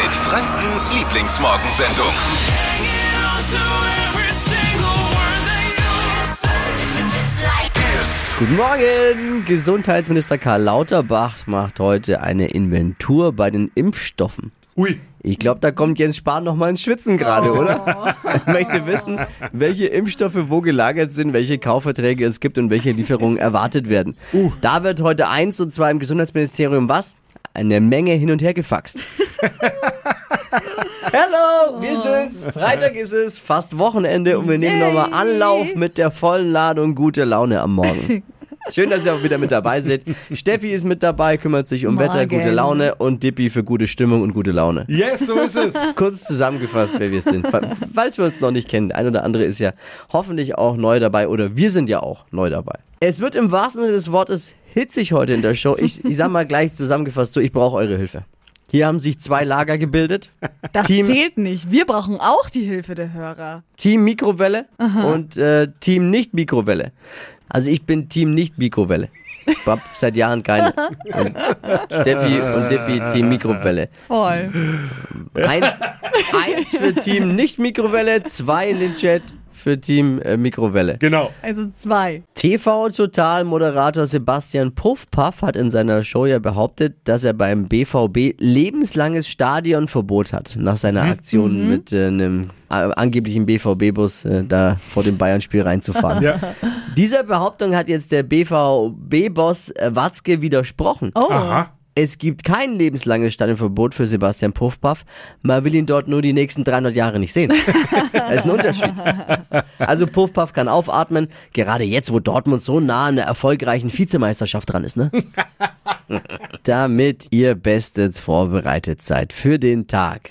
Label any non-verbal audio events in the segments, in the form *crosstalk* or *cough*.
Frankens Lieblingsmorgensendung. Guten Morgen! Gesundheitsminister Karl Lauterbach macht heute eine Inventur bei den Impfstoffen. Ui. Ich glaube, da kommt Jens Spahn noch mal ins Schwitzen gerade, oder? Ich möchte wissen, welche Impfstoffe wo gelagert sind, welche Kaufverträge es gibt und welche Lieferungen erwartet werden. Da wird heute eins und zwar im Gesundheitsministerium was? Eine Menge hin und her gefaxt. Hello, wie ist es? Freitag ist es, fast Wochenende und wir nehmen nochmal Anlauf mit der vollen Ladung gute Laune am Morgen. Schön, dass ihr auch wieder mit dabei seid. Steffi ist mit dabei, kümmert sich um Wetter, Morgen. gute Laune und Dippi für gute Stimmung und gute Laune. Yes, so ist es. *laughs* Kurz zusammengefasst, wer wir sind. Fa- Falls wir uns noch nicht kennen, der ein oder andere ist ja hoffentlich auch neu dabei oder wir sind ja auch neu dabei. Es wird im wahrsten Sinne des Wortes hitzig heute in der Show. Ich, ich sag mal gleich zusammengefasst so, ich brauche eure Hilfe. Hier haben sich zwei Lager gebildet. Das Team- zählt nicht. Wir brauchen auch die Hilfe der Hörer. Team Mikrowelle und äh, Team nicht Mikrowelle. Also ich bin Team nicht Mikrowelle. Ich hab seit Jahren keine. Und Steffi und Dippi Team Mikrowelle. Voll. Eins, eins für Team nicht Mikrowelle, zwei in den Chat für Team äh, Mikrowelle. Genau. Also zwei. TV Total Moderator Sebastian Puffpaff hat in seiner Show ja behauptet, dass er beim BVB lebenslanges Stadionverbot hat nach seiner Aktion mit äh, einem äh, angeblichen BVB Bus äh, da vor dem Bayern Spiel reinzufahren. Ja. Dieser Behauptung hat jetzt der BVB Boss äh, Watzke widersprochen. Oh. Aha. Es gibt kein lebenslanges Stadionverbot für Sebastian Puffpaff. Man will ihn dort nur die nächsten 300 Jahre nicht sehen. das ist ein Unterschied. Also Puffpaff kann aufatmen, gerade jetzt, wo Dortmund so nah an der erfolgreichen Vizemeisterschaft dran ist, ne? Damit ihr bestens vorbereitet seid für den Tag,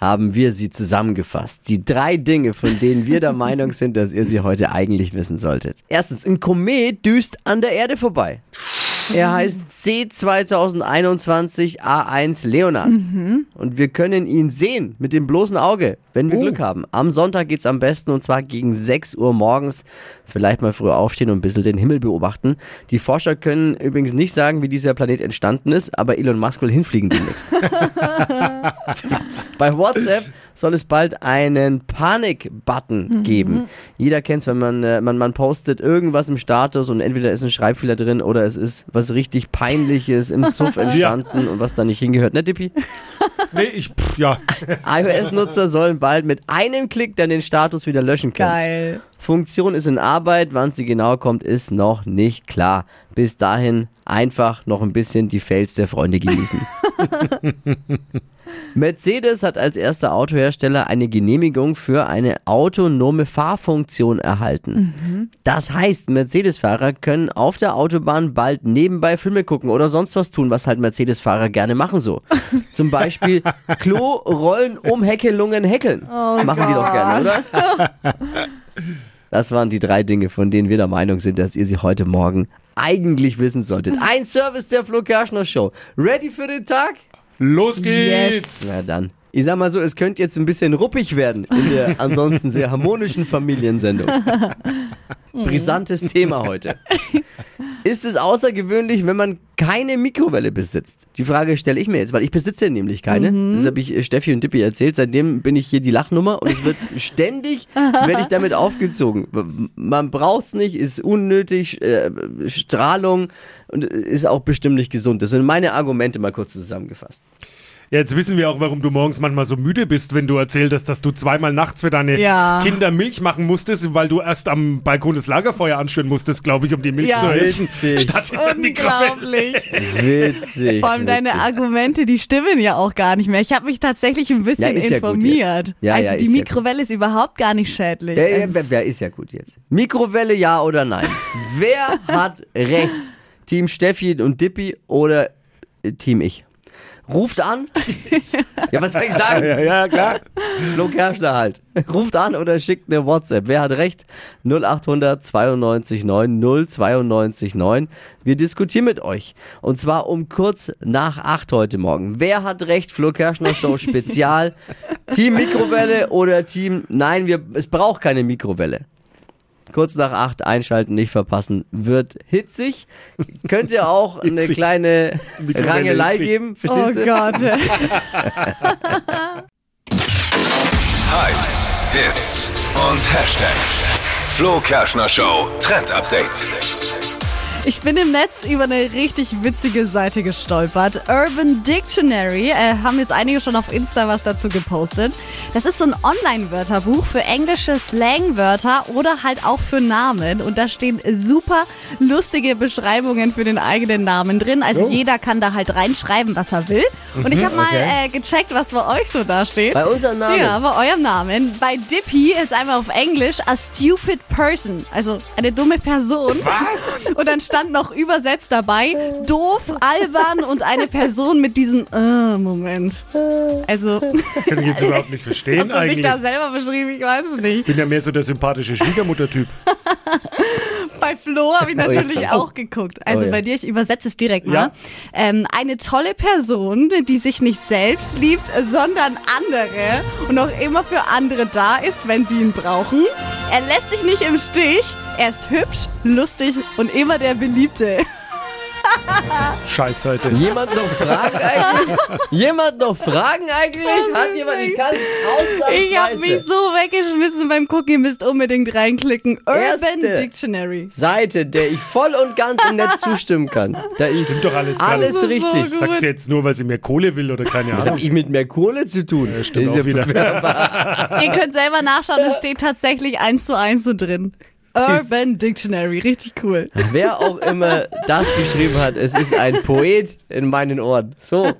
haben wir sie zusammengefasst. Die drei Dinge, von denen wir der Meinung sind, dass ihr sie heute eigentlich wissen solltet. Erstens, ein Komet düst an der Erde vorbei. Er heißt C2021 A1 Leonard. Und wir können ihn sehen mit dem bloßen Auge, wenn wir Glück haben. Am Sonntag geht's am besten und zwar gegen 6 Uhr morgens. Vielleicht mal früher aufstehen und ein bisschen den Himmel beobachten. Die Forscher können übrigens nicht sagen, wie dieser Planet entstanden ist, aber Elon Musk will hinfliegen demnächst. Bei WhatsApp soll es bald einen Panik-Button geben. Jeder kennt es, wenn man, äh, man, man postet irgendwas im Status und entweder ist ein Schreibfehler drin oder es ist was richtig Peinliches im Suff entstanden und was da nicht hingehört. Ne, Dippi? Nee, ich, pff, ja. iOS-Nutzer sollen bald mit einem Klick dann den Status wieder löschen können. Geil. Funktion ist in Arbeit, wann sie genau kommt, ist noch nicht klar. Bis dahin einfach noch ein bisschen die Fails der Freunde genießen. Mercedes hat als erster Autohersteller eine Genehmigung für eine autonome Fahrfunktion erhalten. Das heißt, Mercedes-Fahrer können auf der Autobahn bald nebenbei Filme gucken oder sonst was tun, was halt Mercedes-Fahrer gerne machen so. Zum Beispiel Klo, Rollen, Umheckelungen, Häckeln. machen die doch gerne, oder? Das waren die drei Dinge, von denen wir der Meinung sind, dass ihr sie heute Morgen eigentlich wissen solltet. Ein Service der Flo Kerschner Show. Ready für den Tag? Los geht's. Na dann. Ich sag mal so, es könnte jetzt ein bisschen ruppig werden in der ansonsten sehr harmonischen Familiensendung. Brisantes Thema heute. Ist es außergewöhnlich, wenn man keine Mikrowelle besitzt? Die Frage stelle ich mir jetzt, weil ich besitze nämlich keine. Mhm. Das habe ich äh, Steffi und Dippi erzählt. Seitdem bin ich hier die Lachnummer und es *laughs* wird ständig, werde ich damit aufgezogen. Man braucht es nicht, ist unnötig, äh, Strahlung und äh, ist auch bestimmt nicht gesund. Das sind meine Argumente mal kurz zusammengefasst. Jetzt wissen wir auch, warum du morgens manchmal so müde bist, wenn du erzählt hast, dass du zweimal nachts für deine Ja. Kinder Milch machen musstest, weil du erst am Balkon das Lagerfeuer anschüren musstest, glaube ich, um die Milch Ja. zu essen. Witzig. Statt in der Mikrowelle. *laughs* Unglaublich. Witzig. Vor allem deine witzig. Argumente, die stimmen ja auch gar nicht mehr. Ich habe mich tatsächlich ein bisschen Ja, ist ja gut informiert. jetzt. Ja, also ja, die ist ja Mikrowelle ist überhaupt gar nicht schädlich. Ja, ja, Es- wer- wer ist ja gut jetzt. Mikrowelle ja oder nein? wer hat recht? Team Steffi und Dippi oder äh, Team ich? Ruft an. ja, was soll ich sagen? Ja, ja, klar. Flo Kerschner halt. *laughs* Ruft an oder schickt eine WhatsApp. Wer hat recht? 0800 92 9 092 9. Wir diskutieren mit euch. Und zwar um kurz nach 8 heute Morgen. Wer hat recht? Flo Kerschner Show *laughs* Spezial. Team Mikrowelle oder Team Nein, wir, es braucht keine Mikrowelle. Kurz nach acht einschalten, nicht verpassen. Wird hitzig. Könnte *laughs* auch eine Hitzig. kleine Mikrowelle Rangelei hitzig. geben. Oh Verstehst du? *laughs* Gott. Hypes, Hits und Hashtags. Flo Kerschner Show Trend Update. Ich bin im Netz über eine richtig witzige Seite gestolpert. Urban Dictionary äh, haben jetzt einige schon auf Insta was dazu gepostet. Das ist so ein Online-Wörterbuch für englische Slangwörter oder halt auch für Namen. Und da stehen super lustige Beschreibungen für den eigenen Namen drin. Also Oh. jeder kann da halt reinschreiben, was er will. Und ich habe mal okay. äh, gecheckt, was bei euch so da steht. Bei unserem Namen. Ja, bei eurem Namen. Bei Dippy ist einmal auf Englisch a stupid person, also eine dumme Person. Was? *laughs* Und dann stand noch übersetzt dabei doof, albern und eine Person mit diesem äh, Moment. Also, Kann ich jetzt überhaupt nicht verstehen hast du dich eigentlich. da selber beschrieben? Ich weiß es nicht. Ich bin ja mehr so der sympathische Schwiegermuttertyp. Bei Flo habe *laughs* ich Oh, ja. natürlich auch geguckt. Also Oh, ja. bei dir, ich übersetze es direkt mal. Ja. Ähm, eine tolle Person, die sich nicht selbst liebt, sondern andere und auch immer für andere da ist, wenn sie ihn brauchen. Er lässt dich nicht im Stich. Er ist hübsch, lustig und immer der Beliebte. Scheiß heute. Jemand noch Fragen eigentlich? Jemand noch Fragen eigentlich? Hat jemand die Karte? Ich habe mich so weggeschmissen beim Gucken. Ihr müsst unbedingt reinklicken. Urban Erste. Dictionary. Seite, der ich voll und ganz im Netz zustimmen kann. Da ist Stimmt doch alles gar alles nicht. Das ist so richtig. gut. Sagt sie jetzt nur, weil sie mehr Kohle will oder keine Was habe Ahnung. ich mit mehr Kohle zu tun? Ja, Stimmt *laughs* auch wieder. Ihr könnt selber nachschauen, es steht tatsächlich eins zu eins so drin. Urban Dictionary, richtig cool. Wer auch immer das geschrieben hat, es ist ein Poet in meinen Ohren. So.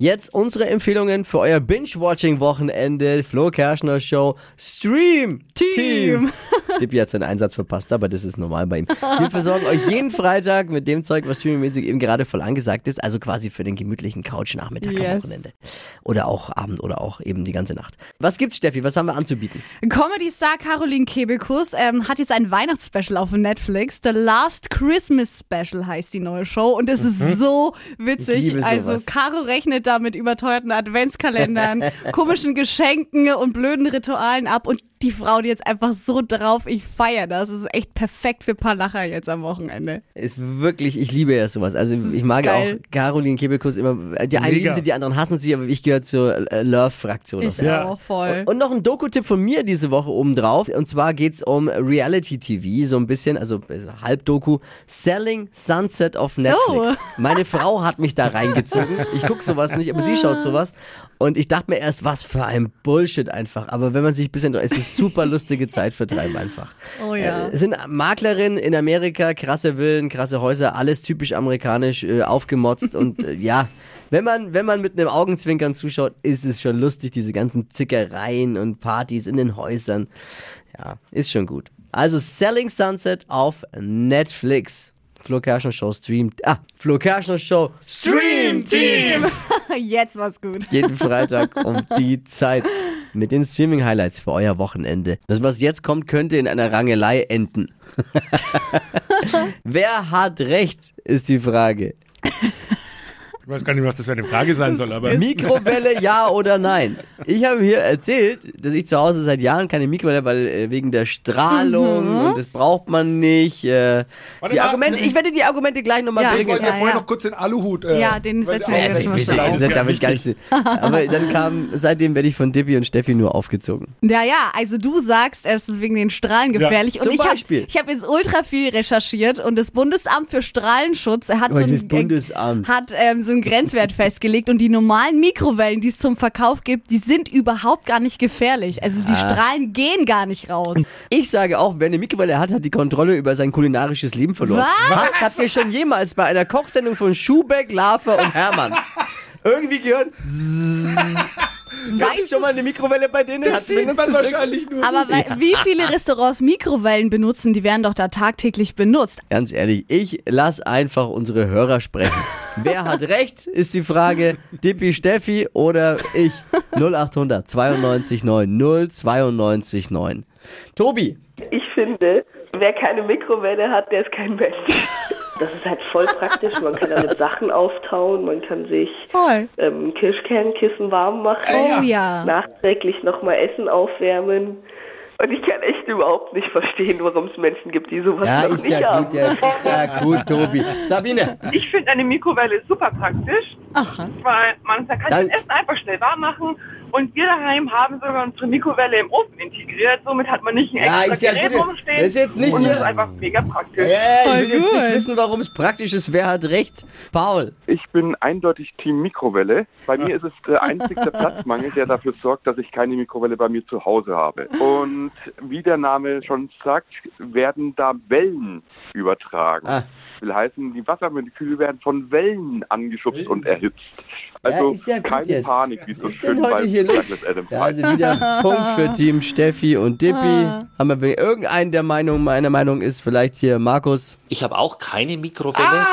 Jetzt unsere Empfehlungen für euer Binge-Watching-Wochenende. Flo Kerschner Show Stream Team. Team. Dippy hat seinen Einsatz verpasst, aber das ist normal bei ihm. Wir versorgen euch jeden Freitag mit dem Zeug, was streamingmäßig eben gerade voll angesagt ist. Also quasi für den gemütlichen Couch-Nachmittag am Yes. Wochenende. Oder auch Abend oder auch eben die ganze Nacht. Was gibt's, Steffi? Was haben wir anzubieten? Comedy-Star Caroline Kebekus ähm, hat jetzt ein Weihnachtsspecial auf Netflix. The Last Christmas Special heißt die neue Show und es ist so Mhm. Ich witzig. liebe also sowas. Caro rechnet da mit *laughs* überteuerten Adventskalendern, komischen Geschenken und blöden Ritualen ab und die Frau die jetzt einfach so drauf. Ich feiere das. Es ist echt perfekt für ein paar Lacher jetzt am Wochenende. Ist wirklich, ich liebe ja sowas. Also ich mag geil. auch Caroline Kebekus immer. äh, Die einen Mega. lieben sie, die anderen hassen sie, aber ich gehöre zur äh, Love-Fraktion. Ich Ja. auch voll. Und noch ein Doku-Tipp von mir diese Woche obendrauf. Und zwar geht's um Reality-TV, so ein bisschen, also äh, Halbdoku. Selling Sunset auf Oh. Netflix. *laughs* Meine Frau hat mich da reingezogen. Ich guck sowas nicht, aber sie schaut sowas. Und ich dachte mir erst, was für ein Bullshit einfach. Aber wenn man sich ein bisschen... Es ist super lustige Zeitvertreib einfach. Oh ja. Äh, sind Maklerinnen in Amerika, krasse Villen, krasse Häuser, alles typisch amerikanisch äh, aufgemotzt und *laughs* äh, ja, wenn man, wenn man mit einem Augenzwinkern zuschaut, ist es schon lustig, diese ganzen Zickereien und Partys in den Häusern. Ja, ist schon gut. Also Selling Sunset auf Netflix. Flo Kerschner Show Stream. Ah, Flo Kerschner Show Stream Team! *laughs* Jetzt war's gut. Jeden Freitag um die Zeit. Mit den Streaming-Highlights für euer Wochenende. Das, was jetzt kommt, könnte in einer Rangelei enden. *laughs* Wer hat recht, ist die Frage. Ich weiß gar nicht, was das für eine Frage sein soll, aber Mikrowelle, ja oder nein? Ich habe hier erzählt, dass ich zu Hause seit Jahren keine Mikrowelle, weil äh, wegen der Strahlung Mhm. und das braucht man nicht. Äh, Warte die mal. Argumente, ich werde die Argumente gleich nochmal Ja, bringen. wollte ja vorher noch kurz den Aluhut. Ja, den äh, weil- setzen wir Also jetzt ich mal will schauen. die- Das ist ja damit *laughs* gar nicht, aber dann kam, seitdem werde ich von Dippy und Steffi nur aufgezogen. Ja, ja, also du sagst, es ist wegen den Strahlen Ja, gefährlich. und zum ich habe Beispiel. ich hab jetzt ultra viel recherchiert und das Bundesamt für Strahlenschutz hat, Aber so, dieses einen, Bundesamt. hat ähm, so einen Grenzwert festgelegt und die normalen Mikrowellen, die es zum Verkauf gibt, die sind überhaupt gar nicht gefährlich. Also die Strahlen gehen gar nicht raus. Ich sage auch, wer eine Mikrowelle hat, hat die Kontrolle über sein kulinarisches Leben verloren. Was? Was habt ihr schon jemals bei einer Kochsendung von Schubeck, Lafer und Hermann irgendwie gehört? Gab's Weißt schon mal eine Mikrowelle bei denen? Hat wenigstens irgend- nur. Aber we- wie viele Restaurants Mikrowellen benutzen, die werden doch da tagtäglich benutzt. Ganz ehrlich, ich lass einfach unsere Hörer sprechen. Wer hat recht, ist die Frage. Dippi, Steffi oder ich? 0800 92 9 092 9. Tobi, Ich finde, wer keine Mikrowelle hat, der ist kein Mensch. Das ist halt voll praktisch. Man kann damit Sachen auftauen, man kann sich Oh. Voll. ähm, Kirschkernkissen warm machen, Oh ja. nachträglich nochmal Essen aufwärmen. Und ich kann echt überhaupt nicht verstehen, warum es Menschen gibt, die sowas Ja, noch ist nicht ja haben. gut, ja, ja gut, Tobi. Sabine, Ich finde eine Mikrowelle super praktisch, Aha. weil man da kann Dann- das Essen einfach schnell warm machen. Und wir daheim haben sogar unsere Mikrowelle im Ofen integriert. Somit hat man nicht ein Ja, extra ist ja Gerät gut. rumstehen. Das ist jetzt nicht und das hier- ist einfach mega ja, praktisch. ich will Voll jetzt gut. nicht wissen, warum es praktisch ist. Wer hat recht? Paul. Ich bin eindeutig Team Mikrowelle. Bei mir ist es *laughs* der einzigste Platzmangel, der dafür sorgt, dass ich keine Mikrowelle bei mir zu Hause habe. Und wie der Name schon sagt, werden da Wellen übertragen. Ah. Will heißen, die Wassermoleküle werden von Wellen angeschubst und erhitzt. Also ist ja gut keine jetzt. Panik, wie es so Was ist denn schön heute bei hier los? Douglas Adams Da heißt. also *laughs* wieder Punkt für Team Steffi und Dippi. Ah. Haben wir irgendeinen, der Meinung, meiner Meinung ist, vielleicht hier Markus. Ich habe auch keine Ah, Mikrowelle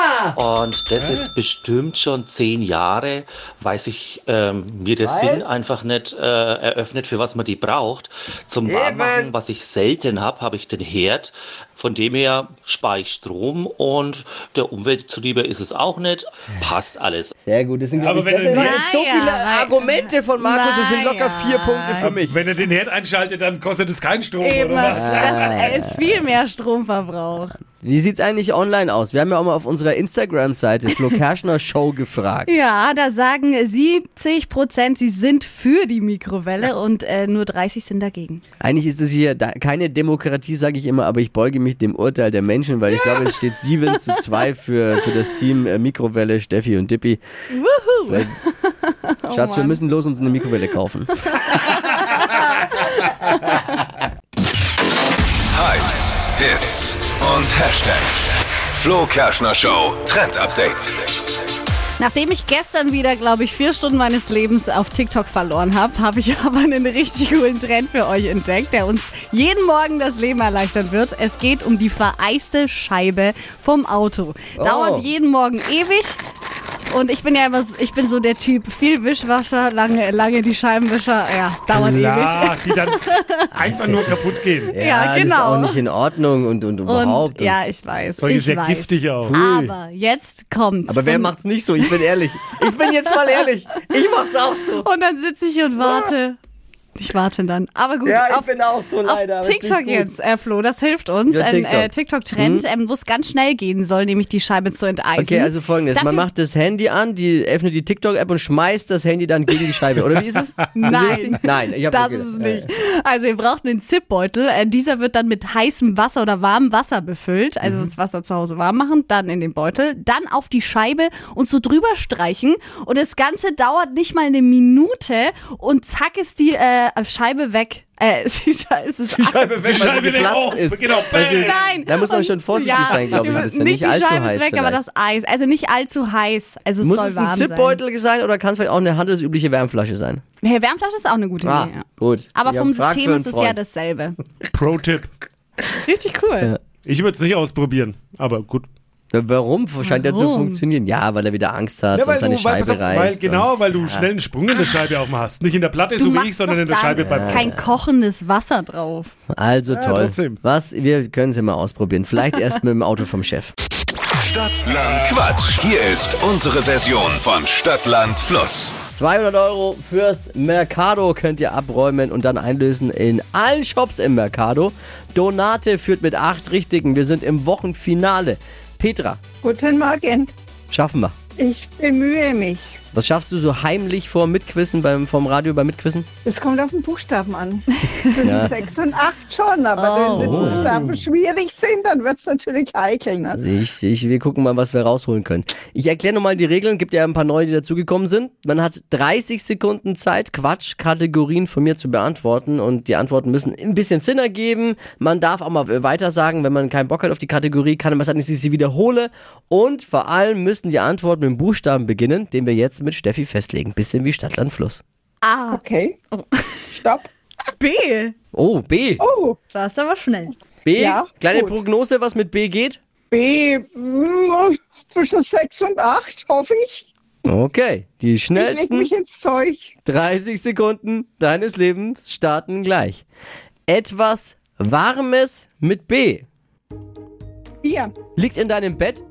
und das jetzt bestimmt schon zehn Jahre, weil sich ähm, mir der Weil? Sinn einfach nicht äh, eröffnet, für was man die braucht. Zum Warmmachen, was ich selten habe, habe ich den Herd. Von dem her spare ich Strom und der Umwelt zuliebe ist es auch nicht. Passt alles. Sehr gut, das sind, glaube Aber ich, das wenn du- sind jetzt so Naja, viele weil- Argumente von Markus, das sind locker Naja. vier Punkte für mich. Ähm, Wenn er den Herd einschaltet, dann kostet es keinen Strom, Eben, oder was? das ist viel mehr Stromverbrauch. Wie sieht's eigentlich online aus? Wir haben ja auch mal auf unserer Instagram-Seite Flo Kerschner Show gefragt. Ja, da sagen 70 Prozent, sie sind für die Mikrowelle und äh, nur 30 sind dagegen. Eigentlich ist es hier da, keine Demokratie, sage ich immer, aber ich beuge mich dem Urteil der Menschen, weil ich glaube, es *laughs* steht 7 zu 2 für, für das Team äh, Mikrowelle, Steffi und Dippi. Vielleicht- *laughs* Schatz, wir Oh Mann. müssen los uns eine Mikrowelle kaufen. Hypes, Hits und Hashtags. Flo Kerschner Show Trend Update. Nachdem ich gestern wieder, glaube ich, vier Stunden meines Lebens auf TikTok verloren habe, habe ich *laughs* aber einen richtig coolen Trend für euch entdeckt, der uns jeden Morgen das Leben erleichtern wird. Es geht um die vereiste Scheibe vom Auto. Oh. Dauert jeden Morgen ewig. Und ich bin ja immer, so- ich bin so der Typ, viel Wischwasser, lange, lange die Scheibenwischer, ja, dauert ewig. Klar, die *laughs* dann einfach nur kaputt gehen. *laughs* Ja, Das ist auch genau. nicht in Ordnung und, und überhaupt. Und ja, ich weiß. Zeug ich ist ja weiß. giftig auch. Aber jetzt kommt's. aber wer Und- macht's nicht so? Ich bin ehrlich. Ich bin jetzt mal ehrlich. Ich mach's auch so. Und dann sitze ich und warte. Ich warte dann. Aber gut, Ja, ich auf, bin auch so leider. aber auf ist nicht TikTok gut. jetzt, äh, Flo, das hilft uns. Ja, Ein äh, TikTok. Hm? TikTok-Trend, ähm, wo es ganz schnell gehen soll, nämlich die Scheibe zu enteisen. Okay, also folgendes. Man Dafür- macht das Handy an, die öffnet die TikTok-App und schmeißt das Handy dann gegen die Scheibe. Oder wie ist *laughs* es? Nein. Ist es richtig? Nein, Also ich habe das ist es nicht. Also ihr braucht einen Zipbeutel. Äh, dieser wird dann mit heißem Wasser oder warmem Wasser befüllt. Also Mhm. das Wasser zu Hause warm machen, dann in den Beutel, dann auf die Scheibe und so drüber streichen. Und das Ganze dauert nicht mal eine Minute und zack ist die äh, Scheibe weg. Äh, *laughs* die Scheibe ist es ab. Scheibe, Wenn Scheibe weg geplatzt auf, ist. genau, bang. Nein. Da muss man schon vorsichtig Ja, sein, glaube ich, ein bisschen. Nicht, Nicht, die allzu Scheibe heiß. ist weg, aber vielleicht. das Eis. Also nicht allzu heiß. Also es muss soll es warm ein Zipbeutel sein oder kann es vielleicht auch eine handelsübliche Wärmflasche sein? sein. Hey, Wärmflasche ist auch eine gute Ah, Idee. ja. gut. Aber Ja, vom frag System für einen ist es ja Freund. dasselbe. Pro-Tipp. Richtig cool. Ich würde es nicht ausprobieren, aber gut. Ja, Warum? Scheint ja zu Warum? funktionieren. Ja, pass auf, weil er wieder Angst hat und seine Scheibe weil, reißt. weil, genau, weil du schnell einen Sprung in der Scheibe auch mal hast. Nicht in der Platte, so wie ich, sondern doch in der dann Scheibe beim kein kochendes Wasser drauf. Also toll. trotzdem. Was? Wir können es ja mal ausprobieren. *laughs* Vielleicht erst mit dem Auto vom Chef. Stadtland Quatsch. Hier ist unsere Version von Stadtland Fluss. 200 Euro fürs Mercado könnt ihr abräumen und dann einlösen in allen Shops im Mercado. Donate führt mit acht Richtigen. Wir sind im Wochenfinale. Petra, Guten Morgen, schaffen wir. ich bemühe mich. Was schaffst du so heimlich vor Mitquissen beim, vom Radio beim Mitquissen? Es kommt auf den Buchstaben an. Zwischen Ja. 6 und 8 schon, aber wenn die Buchstaben schwierig sind, dann wird es natürlich heikel. Ne? Also ich, ich, wir gucken mal, was wir rausholen können. Ich erkläre nochmal die Regeln, gibt ja ein paar neue, die dazugekommen sind. Man hat 30 Sekunden Zeit, Quatschkategorien von mir zu beantworten und die Antworten müssen ein bisschen Sinn ergeben. Man darf auch mal äh, weiter sagen, wenn man keinen Bock hat auf die Kategorie, kann man sagen, dass ich sie wiederhole. Und vor allem müssen die Antworten mit dem Buchstaben beginnen, den wir jetzt mit Steffi festlegen. Bisschen wie Stadtland Fluss. A. Okay, stopp. Ah. Oh. *laughs* B. Oh, B. Oh, Das war's aber schnell. B. ja, Kleine gut. Prognose, was mit B geht? B, mm, zwischen 6 und 8, hoffe ich. Okay. Die Ich leg schnellsten. mich ins Zeug. 30 Sekunden deines Lebens starten gleich. Etwas Warmes mit B Bier, liegt in deinem Bett.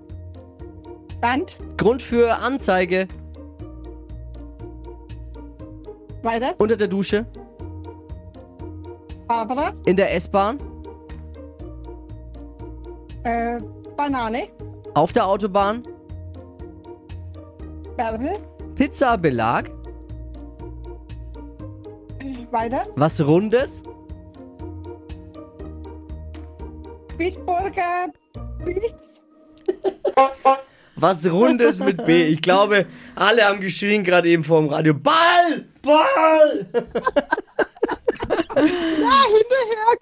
Land, Grund für Anzeige weiter. unter der Dusche. Barbara, In der S-Bahn? äh, Banane, Auf der Autobahn? Bärbel, Pizza-Belag? äh, weiter, Was Rundes? Bitburger, Pilz, Was Rundes mit B. Ich glaube, alle haben geschrien gerade eben vorm Radio. Ball! *laughs* Ball! ah, hinterher,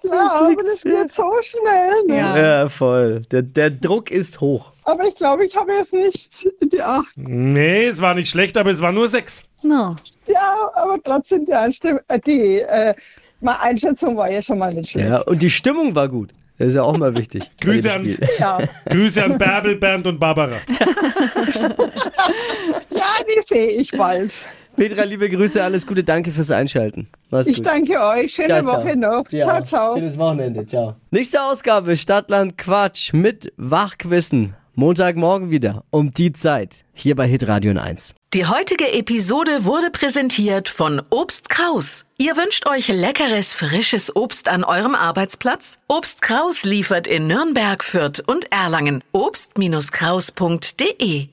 klar, aber das geht so schnell. Ne? Ja. Ja, voll. Der, der Druck ist hoch. Aber ich glaube, ich habe jetzt nicht die acht. Nee, es war nicht schlecht, aber es war nur sechs. No. Ja, aber trotzdem, die, Einstimm äh, die äh, meine Einschätzung war ja schon mal nicht schlecht. Ja, und die Stimmung war gut. Das ist ja auch mal wichtig. bei Grüße jedem an- Spiel. Ja, ja. Grüße an Bärbel, Bernd und Barbara. die sehe ich bald. Petra, liebe Grüße, alles Gute, danke fürs Einschalten. Mach's Ich gut. danke euch. Schöne Woche noch. Ciao, ciao. Schönes Wochenende, ciao. Nächste Ausgabe Stadtland Quatsch mit Wachquissen. Montagmorgen wieder um die Zeit hier bei Hitradio 1. Die heutige Episode wurde präsentiert von Obst Kraus. Ihr wünscht euch leckeres, frisches Obst an eurem Arbeitsplatz? Obst Kraus liefert in Nürnberg, Fürth und Erlangen. Obst-Kraus.de